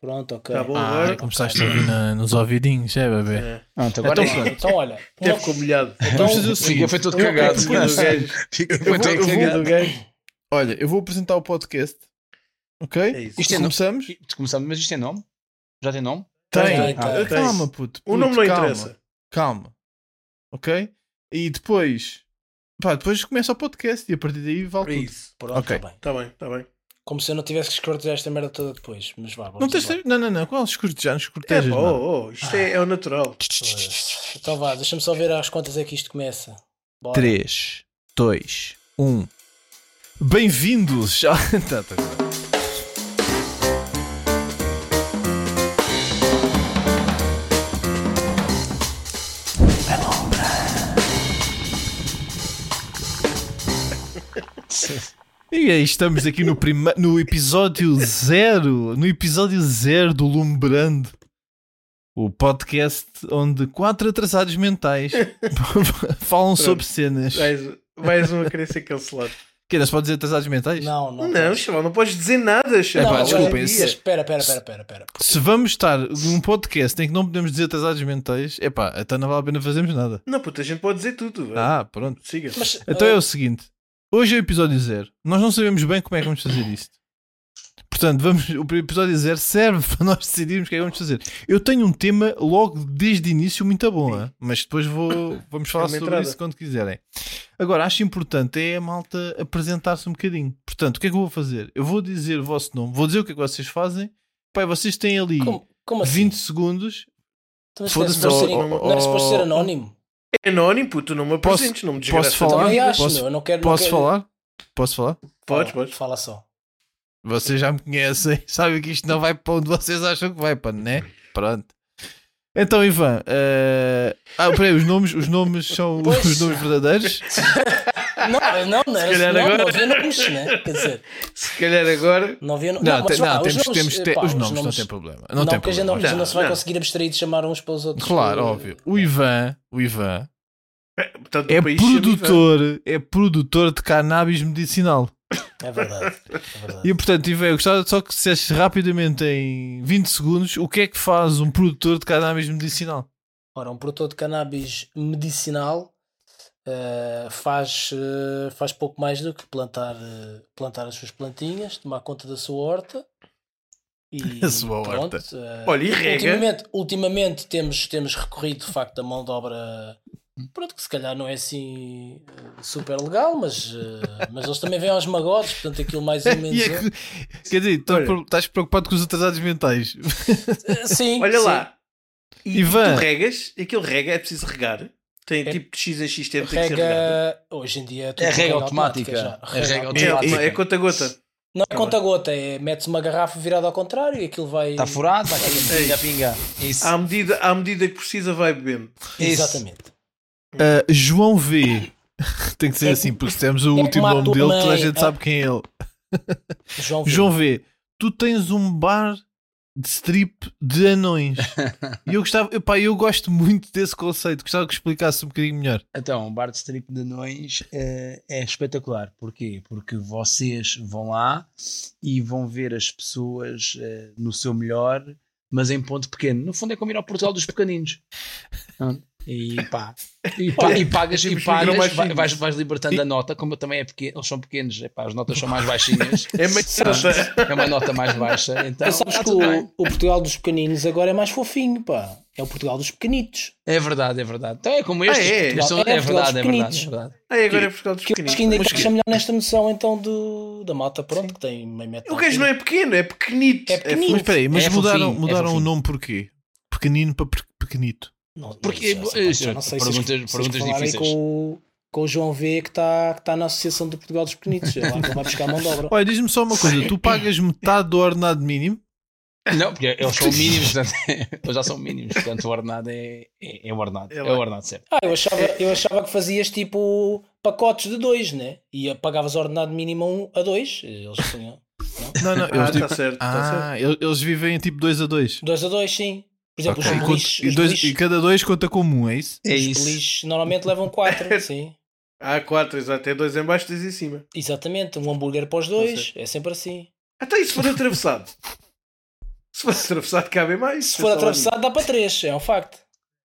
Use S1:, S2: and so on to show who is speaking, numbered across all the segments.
S1: Pronto, ok.
S2: Tá bom
S3: Ah,
S2: agora?
S3: começaste a ouvir na- nos ouvidinhos, é, bebê?
S2: É.
S4: Pronto, agora
S1: Então, então olha,
S2: Teve ficou molhado.
S4: Vamos
S1: então,
S4: fazer o seguinte.
S5: foi todo
S2: Eu- eu
S5: cagado.
S2: propunha do um gajo.
S4: Eu
S2: Eu vou-
S4: vou- eu vou-
S2: eu vou do
S1: então,
S2: gajo.
S4: Olha, eu vou apresentar o podcast. Ok?
S2: É isso.
S5: Isto é
S4: Começamos?
S5: Começamos, mas isto tem nome? Já tem nome?
S4: Tem. Ah,
S1: Tem, tem.
S4: Calma, puto.
S2: O nome
S4: puto,
S2: não
S4: calma,
S2: interessa.
S4: Calma. Ok? E depois. Pá, depois começa o podcast e a partir daí
S2: É
S4: vale tudo.
S2: isso.
S1: pronto,
S4: Ok.
S1: tá bem.
S2: Tá bem, tá bem.
S1: Como se eu não tivesse que escortejar esta merda toda depois. Mas vá, vamos
S4: Não, tens...
S1: embora.
S4: não, não, não. Qual escurte já? Não
S2: É,
S4: escortejas,
S2: pá,
S4: não.
S2: oh, oh, isto é, é o natural.
S1: Pois. Então vá, deixa-me só ver às quantas é que isto começa. Bora.
S4: 3, 2, 1. Bem-vindos! Já. Tá, tá. E aí, estamos aqui no, prima... no episódio zero, no episódio zero do Lumbrando, o podcast onde quatro atrasados mentais falam sobre cenas.
S2: Mais, mais um a querer ser cancelado.
S4: Que não se pode dizer atrasados mentais?
S1: Não, não.
S2: Não,
S1: podes.
S2: chaval, não podes dizer nada,
S1: não,
S2: chaval.
S4: é pá,
S1: agora-
S4: desculpa, desculpem,
S2: Hoje em
S4: esse-
S2: dia.
S1: Espera, espera, espera, espera, espera.
S4: Se vamos estar num podcast em que não podemos dizer atrasados mentais, epá, até não vale a pena fazermos nada.
S2: Não, puta, a gente pode dizer tudo. velho.
S4: Ah, pronto.
S2: Siga.
S1: é- Mas,
S4: Então
S1: eh,
S4: é o seguinte: hoje é o episódio zero. Nós não sabemos bem como é que vamos fazer isto. Portanto, vamos, o episódio zero serve para nós decidirmos o que é que vamos fazer. Eu tenho um tema logo desde o início muito bom, hã? mas depois vou, vamos falar
S2: uma
S4: sobre
S2: entrada.
S4: isso quando quiserem. Agora, acho importante é a malta apresentar-se um bocadinho. Portanto, o que é que eu vou fazer? Eu vou dizer o vosso nome, vou dizer o que é que vocês fazem. Pai, vocês têm ali
S1: como, como assim?
S4: 20 segundos.
S1: Então, mas
S4: Foda-se,
S1: não é suposto
S2: ó,
S1: ser-
S2: ó,
S1: não é suposto ser
S4: ó.
S1: anónimo?
S2: É anónimo, puto, não me
S4: Posso-
S2: apresentes, não me
S4: posso
S2: desgraça.
S4: falar?
S1: Também acho,
S4: Posso-
S1: é meu, eu não quero. não
S4: Posso
S1: quero-
S4: falar? Posso falar?
S1: Fala,
S2: Podes, podes.
S1: Fala só.
S4: Vocês já me conhecem, sabem que isto não vai para onde vocês acham que vai, pá, né? Pronto. Então, Ivan, eh, ah, peraí, os nomes, os nomes são
S1: Pois.
S4: os nomes verdadeiros.
S1: Não, não, não.
S2: Se calhar
S1: Era, não,
S2: agora-
S1: não havia nomes, né? Quer dizer,
S2: Se calhar agora.
S1: não havia no-
S4: Não,
S1: mas
S4: tem-
S1: vá, os
S4: não, temos,
S1: nomes,
S4: temos te-
S1: pá,
S4: os nomes, não tem problema. Não, tem
S1: porque a gente
S4: problema.
S1: não, a gente não se vai
S2: Não, não.
S1: conseguir abstrair de chamar uns pelos outros.
S4: Claro,
S1: Eh,
S4: óbvio. O Ivan, o Ivan
S2: Portanto,
S4: é
S2: o país chama-me
S4: produtor, é produtor de cannabis medicinal.
S1: É verdade. É verdade.
S4: E portanto, Ivan, eu gostava só que dissesse rapidamente em 20 segundos o que é que faz um produtor de cannabis medicinal.
S1: Ora, um produtor de cannabis medicinal eh, faz, eh, faz pouco mais do que plantar, eh, plantar as suas plantinhas, tomar conta da sua horta. E
S4: A sua
S1: pronto,
S4: horta.
S1: eh,
S2: Olha, e rega.
S1: ultimamente, ultimamente temos, temos recorrido de facto à mão de obra. Pronto, que se calhar não é assim eh, super legal, mas, eh, mas eles também vêm aos magotes, portanto aquilo mais ou menos.
S4: E é
S1: é.
S4: que- quer dizer, então,
S2: Olha.
S4: pro- estás preocupado com os atrasados mentais.
S1: Eh, Sim,
S2: Olha
S1: sim.
S2: lá. E
S4: Ivan.
S2: tu regas, aquilo rega, é preciso regar. Tem
S1: É-
S2: tipo de X em X tempo, tem que ser regado.
S1: Rega, hoje em dia é tudo
S5: É
S1: com
S5: rega automática.
S1: já.
S5: É rega
S2: É,
S5: automática.
S2: é conta-gota.
S1: Não é conta-gota, é metes uma garrafa virada ao contrário e aquilo vai.
S5: Está furado? Vai cair pinga, pinga. Isso.
S2: À medida, à medida que precisa, vai bebendo.
S5: Isso.
S1: Exatamente.
S4: Uh, João V. Tem que ser assim, porque se temos o
S1: É
S4: último
S1: uma
S4: nome dele, toda a
S1: turma,
S4: gente
S1: é.
S4: sabe quem é ele.
S1: João, Vila.
S4: João V, tu tens um bar de strip de anões. E eu gostava, epá, eu gosto muito desse conceito, gostava que explicasse um bocadinho melhor.
S5: Então, o bar de strip de anões eh, é espetacular. Porquê? Porque vocês vão lá e vão ver as pessoas eh, no seu melhor, mas em ponto pequeno. No fundo é como ir ao Portugal dos pequeninos. Hum? E pá, e, pá, e pagas, e
S2: Temos que ir ao
S5: pagas
S2: mais
S5: vai-
S2: fino.
S5: vais, vais libertando a nota, como também é pequeno, eles são pequenos, epá, as notas são mais baixinhas,
S2: É meio certa.
S5: é uma nota mais baixa. Então,
S1: Mas sabes
S5: está
S1: que
S5: tudo bem.
S1: o, o Portugal dos pequeninos agora é mais fofinho, pá. É o Portugal dos pequenitos.
S5: É verdade, é verdade. Então é como este.
S2: Ah, é?
S5: Eles são-
S1: É,
S5: é, verdade, é
S1: Portugal dos
S5: verdade,
S1: pequenitos.
S5: é verdade.
S2: Aí agora é por causa dos
S1: Que eu acho que
S2: pequeninos.
S1: ainda encaixa melhor nesta noção então do, da malta, pronto, que tem meio metro.
S2: O gajo não é pequeno, é pequenito.
S1: É
S2: É
S1: pequenino.
S2: pequenito.
S4: Mas espera aí, mas
S5: É
S4: mudaram,
S5: fofinho, é
S4: mudaram o
S5: fofinho.
S4: nome porquê? Pequenino para pe- pequenito.
S1: Não,
S5: Porque-
S1: não sei,
S5: eh,
S1: pá, já não sei se
S5: perguntas-
S1: vocês- vocês
S5: perguntas
S1: falarem
S5: difíceis.
S1: Com o, com o João V que está que tá na Associação do Portugal dos Pequenitos. É lá que ele vai buscar a mão de obra.
S4: Olha, diz-me só uma coisa: tu pagas metade do ordenado mínimo?
S5: Não, porque eles são mínimos, portanto, eles já são mínimos, portanto o ordenado é, é, é o ordenado,
S2: É
S5: é
S2: lá.
S5: o ordenado certo.
S1: Ah, eu achava, eu achava que fazias tipo pacotes de dois, né? E pagavas ordenado mínimo a um a dois. Eles tinham.
S4: Não, não, eles,
S2: Ah,
S4: tipo,
S2: está certo. Tá certo.
S4: ah, eles- eles vivem tipo 2 a 2.
S1: Dois a dois, sim. Por exemplo, os
S4: Ok. E cont-
S1: beliches,
S4: e
S1: os
S4: dois-
S1: beliches-
S4: e cada dois conta como um, é isso?
S5: É
S1: os
S5: isso.
S1: beliches normalmente levam quatro, sim.
S2: Há quatro, exato. É dois em baixo, dois em cima.
S1: Exatamente, um hambúrguer para os dois, é sempre assim.
S2: Até isso for atravessado. Se for atravessado, cabem mais.
S1: Se
S2: É
S1: for
S2: só
S1: atravessado, dá para três, é um facto.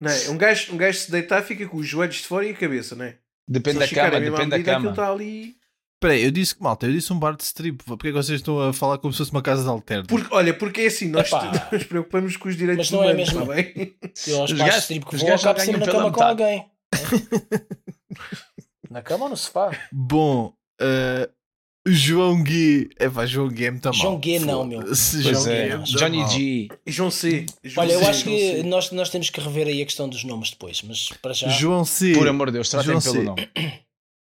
S2: ali. Não é? um, gajo, um gajo se deitar, fica com os joelhos de fora e a cabeça, não é?
S5: Depende
S2: Se
S5: da
S2: eles ficarem
S5: cama,
S2: à mesma
S5: depende da
S2: medida, aquilo
S5: cama.
S2: está ali.
S4: Espera aí, eu disse que malta, eu disse um bar de strip. Porquê é que vocês estão a falar como se fosse uma casa de alterno?
S2: Porque, olha, porque é assim, nós
S1: Epá.
S2: nos preocupamos com os
S1: Mas
S2: direitos
S1: não é
S2: humanos,
S1: mesmo.
S2: está bem?
S1: Eu aos
S5: Os
S1: passos
S5: gajos-
S1: de tipo que
S5: os
S1: vou
S5: gajos
S1: acabar
S5: só
S1: sempre na cama
S5: ganham pela
S1: com alguém. na cama ou no sofá?
S4: Bom, eh, João Gui. É pá, João Gui é muito mal.
S1: João Gui não, meu.
S4: Foda-se,
S5: Pois
S4: João Gui
S5: é,
S4: é muito
S5: Johnny
S4: mal.
S5: G.
S2: E João C. João
S1: Olha, eu
S2: C,
S1: acho
S2: João
S1: que
S2: C.
S1: nós, nós temos que rever aí a questão dos nomes depois, mas para já.
S4: João C.
S5: Por amor de Deus, tratem
S4: João
S5: pelo
S4: C.
S5: nome.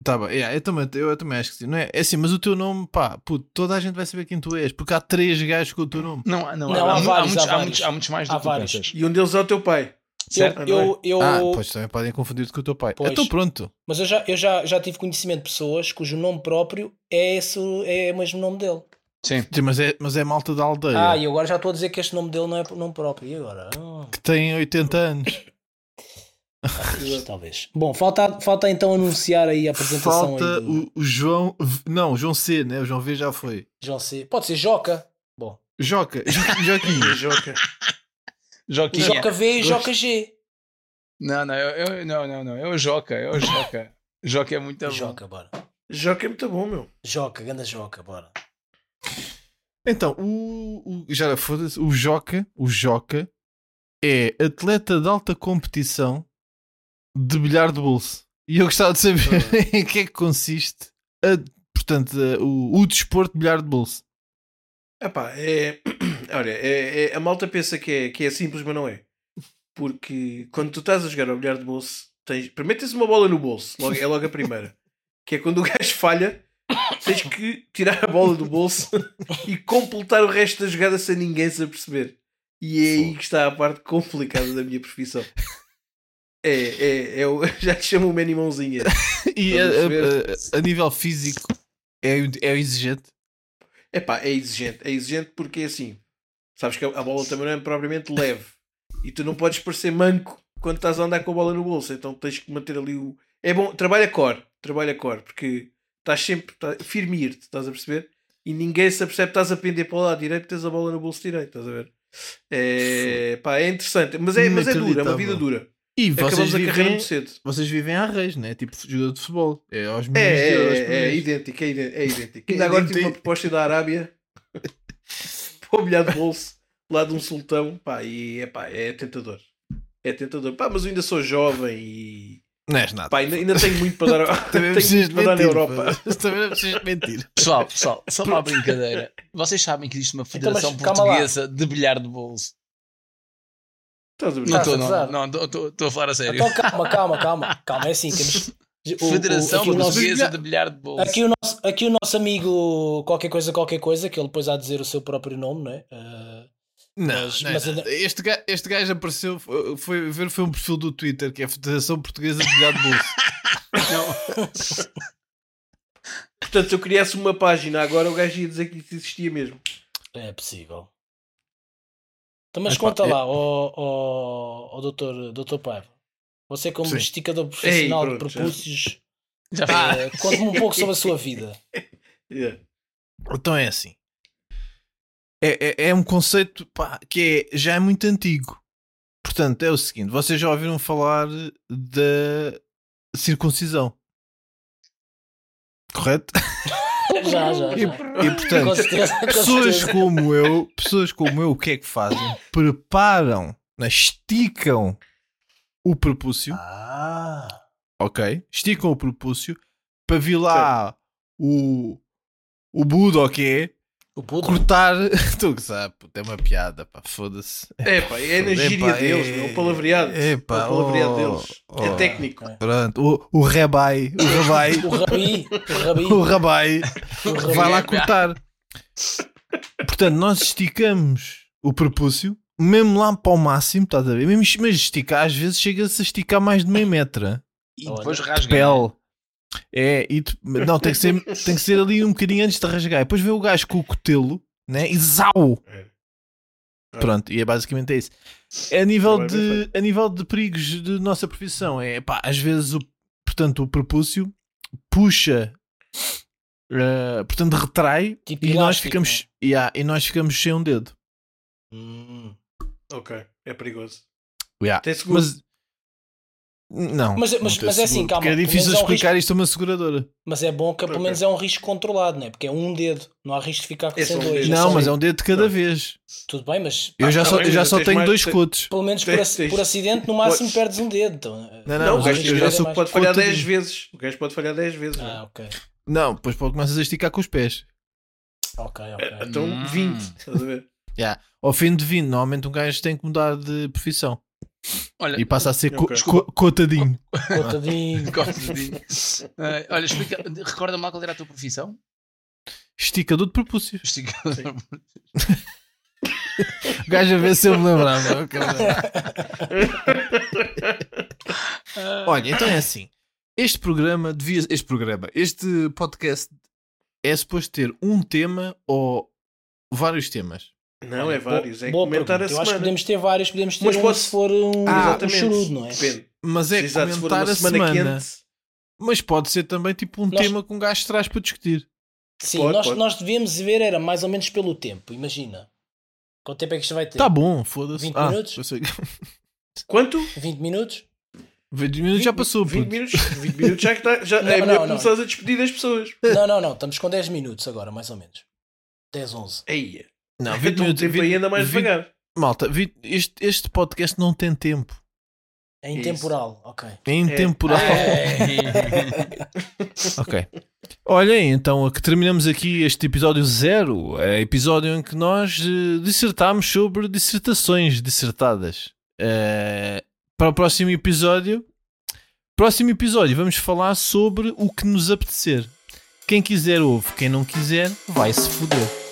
S4: Tá bem, yeah, eu, também, eu, eu também acho que sim. Não é? é assim, mas o teu nome, pá, puto, toda a gente vai saber quem tu és, porque há três gajos com o teu nome.
S5: Não, há- não,
S1: Não, há
S5: mu-
S1: vários,
S5: muitos,
S1: há vários.
S5: muitos, há muitos mais
S1: Há
S5: do que tu
S1: vários.
S5: pensas.
S2: E um deles é o teu pai.
S1: eu,
S2: certo, não é?
S1: eu, eu-
S4: Ah, pois também podem confundir-te com o teu pai.
S1: Pois.
S4: Então pronto.
S1: mas eu já, eu já, já tive conhecimento de pessoas cujo nome próprio é esse, é o mesmo nome dele.
S5: Sim.
S4: Sim, Mas é, mas é malta da aldeia
S1: Ah, e agora já estou a dizer que este nome dele não é nome próprio. E agora? Ah,
S4: que tem 80 anos.
S5: Ah,
S1: talvez, talvez. Bom, falta, falta então anunciar aí a apresentação
S4: Falta
S1: aí do
S4: o, o João. V- Não, o João C, né? O João V já foi.
S1: João C. Pode ser Joca. Bom,
S4: Joca, Jo- Joquinha.
S2: Joca.
S5: Joquinha.
S1: Joca V e Joca G.
S5: é- Não, não, eu, eu- não, não, não. Eu Joca, eu Joca. Joca é muito bom.
S1: Joca, bora.
S2: Joca é muito bom, meu.
S1: Joca, ganda Joca, bora.
S4: Então, o, o já foda-se, o Joca, o Joca é atleta de alta competição de bilhar de bolso. E eu gostava de saber em que é que consiste, a- portanto, a- o, o desporto de bilhar de bolso.
S2: Epá, é. Olha, é, é- a malta pensa que é, que é simples, mas não é. Porque quando tu estás a jogar ao bilhar de bolso, tens... primeiro tens uma bola no bolso, logo- é logo a primeira. Que é quando o gajo falha, tens que tirar a bola do bolso e completar o resto da jogada sem ninguém se aperceber. E é aí que está a parte complicada da minha profissão. É, é, é o- já te chamo o Menimãozinha.
S4: E a,
S2: Estás a
S4: a- a- a nível físico é, é exigente.
S2: Epá, é exigente. É exigente porque é assim. Sabes que a bola também não é propriamente leve. E tu não podes parecer manco quando estás a andar com a bola no bolso. Então tens que manter ali o. É bom, trabalha core. Trabalha core. Porque estás sempre. Tá, firmir-te, estás a perceber? E ninguém se apercebe que estás a pender para o lado direito e tens a bola no bolso direito, estás a ver? É, pá, é interessante. Mas é, mas é dura, é uma vida
S4: Inacreditável.
S2: dura.
S4: E vocês
S2: Acabamos a carreira
S4: vivem,
S2: muito cedo.
S4: vocês vivem à reis, né? Tipo jogador de futebol. É aos
S2: É,
S4: milhões de
S2: é,
S4: euros por
S2: é, é
S4: mês.
S2: idêntico, é idêntico. É idêntico. Ainda
S4: Ainda agora
S2: agora tive
S4: tem-
S2: uma proposta da Arábia para o bilhar de bolso lá de um sultão, pá, e é pá, é tentador. É tentador. Pá, mas eu ainda sou jovem e
S4: Não és nada.
S2: pá, ainda, ainda tenho muito para dar, ao-
S4: Também
S2: tenho muito
S4: precisas de
S2: para dar na
S4: mentir.
S2: Europa.
S4: pá. Também não precisas de mentir.
S5: Pessoal, pessoal, só uma brincadeira. Vocês sabem que existe uma
S1: Então, mas
S5: federação
S1: calma lá.
S5: portuguesa de bilhar de bolso.
S2: Estás a
S5: Não
S2: brincar?
S1: Estás
S5: estou,
S1: a
S5: não.
S1: gozar?
S5: Não, estou- estou estou a falar a sério.
S1: Então calma, calma, calma. Calma, é assim. Temos o- o-
S5: Federação
S1: aqui o nosso-
S5: Portuguesa de Bilhar de Bolso.
S1: Aqui o, nosso, aqui o nosso amigo qualquer coisa, qualquer coisa, que ele depois há a dizer o seu próprio nome, não é? Ah,
S4: Não,
S1: Mas-
S4: não,
S1: mas
S4: não.
S1: ainda-
S4: Este, gajo, este gajo apareceu, foi, foi ver, foi um perfil do Twitter que é a Federação Portuguesa de Bilhar de Bolso.
S2: Portanto, se eu criasse uma página agora, o gajo ia dizer que isso existia mesmo.
S1: é possível. Então, mas
S4: Epá,
S1: conta
S4: é-
S1: lá, ó, ó, ó doutor, doutor Paiva. Você como
S4: Sim.
S1: esticador profissional de
S2: pronto, já. Ah,
S1: propúcios,
S5: Já foi.
S1: eh, conte-me um pouco sobre a sua vida.
S2: É.
S4: Então é assim. É, é, é um conceito pá, que é, já é muito antigo. Portanto, é o seguinte: vocês já ouviram falar da circuncisão. Correto?
S1: já, já,
S4: E,
S1: já.
S4: e portanto,
S1: Com certeza, com
S4: pessoas
S1: certeza.
S4: como eu, pessoas como eu, o que é que fazem? Preparam, né, esticam o prepúcio,
S1: Ah,
S4: ok? Esticam o prepúcio para vir lá o, o Buda, ok?
S1: o puto. Ah,
S4: Cortar. Estou a gozar, puto, é uma piada, pá, foda-se.
S2: É pá, é na
S4: Epá,
S2: gíria
S4: é-
S2: deles, meu, o palavreado.
S4: é
S2: É
S4: pá,
S2: o palavreado
S4: oh,
S2: deles.
S4: oh.
S2: É técnico.
S4: Pronto, o, o rabai, o rabai,
S1: O Rabi, o Rabi,
S4: o rabai
S1: o Rabi.
S4: vai lá cortar. Portanto, nós esticamos o prepúcio, mesmo lá para o máximo, estás a ver? Mesmo, mas esticar, às vezes chega-se a esticar mais de meio metro.
S5: E depois rasga.
S4: Pele. É, e tu- não, tem que, ser, tem que ser ali um bocadinho antes de rasgar. E Depois vem o gajo com o cotelo, né? E zau!
S2: É.
S4: Pronto, e é basicamente isso. A nível,
S2: Trabalho é bem
S4: de, a nível de perigos de nossa profissão, é pá, às vezes o, portanto, o propúcio puxa, eh, portanto, retrai
S1: Tipo
S4: e nós
S1: elástico,
S4: ficamos, yeah, e nós ficamos sem um dedo.
S2: Hum, ok, é perigoso.
S4: Yeah.
S2: Tem seguro.
S4: Mas. Não.
S1: Mas-
S4: não
S1: mas-
S4: tem
S1: mas é assim,
S4: seguro,
S1: calma,
S4: porque É
S1: pelo
S4: difícil
S1: menos é um
S4: explicar isto a uma seguradora.
S1: Mas é bom que pelo
S2: Ok.
S1: menos é um risco controlado, não é? Porque é um dedo, não há risco de ficar com
S2: É só
S1: sem
S2: um
S1: dois.
S2: dedo.
S1: é
S4: Não,
S1: só
S4: mas
S1: um
S4: é um dedo de cada
S2: Não.
S4: vez.
S1: dedo. Tudo bem, mas Ah,
S4: Eu já
S2: tá
S4: só,
S2: bem,
S4: eu já
S2: mas
S4: só
S2: tens
S4: tenho
S2: mais-
S4: dois
S2: te-
S4: cotos.
S1: pelo menos por,
S2: Tens-
S1: ac-
S2: tens-
S1: por acidente, no máximo
S2: Podes-
S1: perdes um dedo. Então,
S4: Não,
S1: eh,
S4: não,
S2: Não, o
S4: mas
S2: gajo
S4: eu
S2: o
S4: já
S1: dedo é
S2: gajo
S1: mais-
S2: pode falhar
S4: Conta
S2: 10
S4: de-
S2: vezes. O gajo pode falhar 10 vezes. é?
S1: Ah,
S2: mano.
S1: ok.
S4: Não, depois pô, começas a esticar com os pés.
S1: Ok, ok.
S2: Então
S3: Hum.
S2: 20, estás a ver?
S4: Ao fim de 20, normalmente um gajo tem que mudar de profissão.
S5: Olha,
S4: E passa a ser co-
S2: Ok.
S4: co- cotadinho.
S1: Coitadinho.
S5: Coitadinho. Ah, olha, explica, recorda-me lá qual era a tua profissão?
S4: Esticador de propúcio.
S5: Esticador.
S2: Sim.
S4: O gajo a ver se eu me lembrava.
S5: Ah,
S4: Olha, então é assim. Este programa devia. Este programa, este podcast é suposto ter um tema ou vários temas.
S2: Não, é vários. É
S1: Boa
S2: comentar
S1: pergunta. Eu acho
S2: a
S1: que
S2: semana.
S1: podemos ter vários, podemos ter
S2: Mas
S1: um
S2: posso-
S1: se for um,
S4: Ah,
S1: um churudo, não é?
S2: Depende.
S4: Mas é
S2: Exato, se for
S4: comentar
S2: uma
S4: a
S2: semana,
S4: semana.
S2: quente.
S4: Mas pode ser também tipo um
S1: Nós-
S4: tema que um gajo traz para discutir.
S1: Sim,
S2: Pode,
S1: nós,
S2: pode.
S1: nós devíamos ver, era mais ou menos pelo tempo, imagina. Quanto tempo é que isto vai ter?
S4: Tá bom, foda-se.
S1: 20 minutos?
S4: eu sei que-
S2: Quanto?
S1: 20 minutos?
S4: 20 minutos já passou.
S2: 20
S4: puto.
S2: minutos, 20 minutos já que está. Já,
S1: Não,
S2: é
S1: não,
S2: melhor
S1: não.
S2: começares a despedir das pessoas.
S1: Não, não, não, estamos com 10 minutos agora, mais ou menos. 10, 11.
S2: Aí.
S4: Não,
S2: Então
S4: 20
S2: o
S4: minutos.
S2: tempo
S4: 20
S2: aí anda mais
S4: 20
S2: devagar.
S4: Malta, 20 este, este podcast não tem tempo.
S1: É
S2: Isso.
S1: intemporal, ok.
S4: É intemporal.
S5: É.
S4: Ok. Olhem, então, a que terminamos aqui este episódio zero, é episódio em que nós eh, dissertámos sobre dissertações dissertadas. Eh, para o próximo episódio, próximo episódio vamos falar sobre o que nos apetecer. Quem quiser ouve, quem não quiser vai se foder.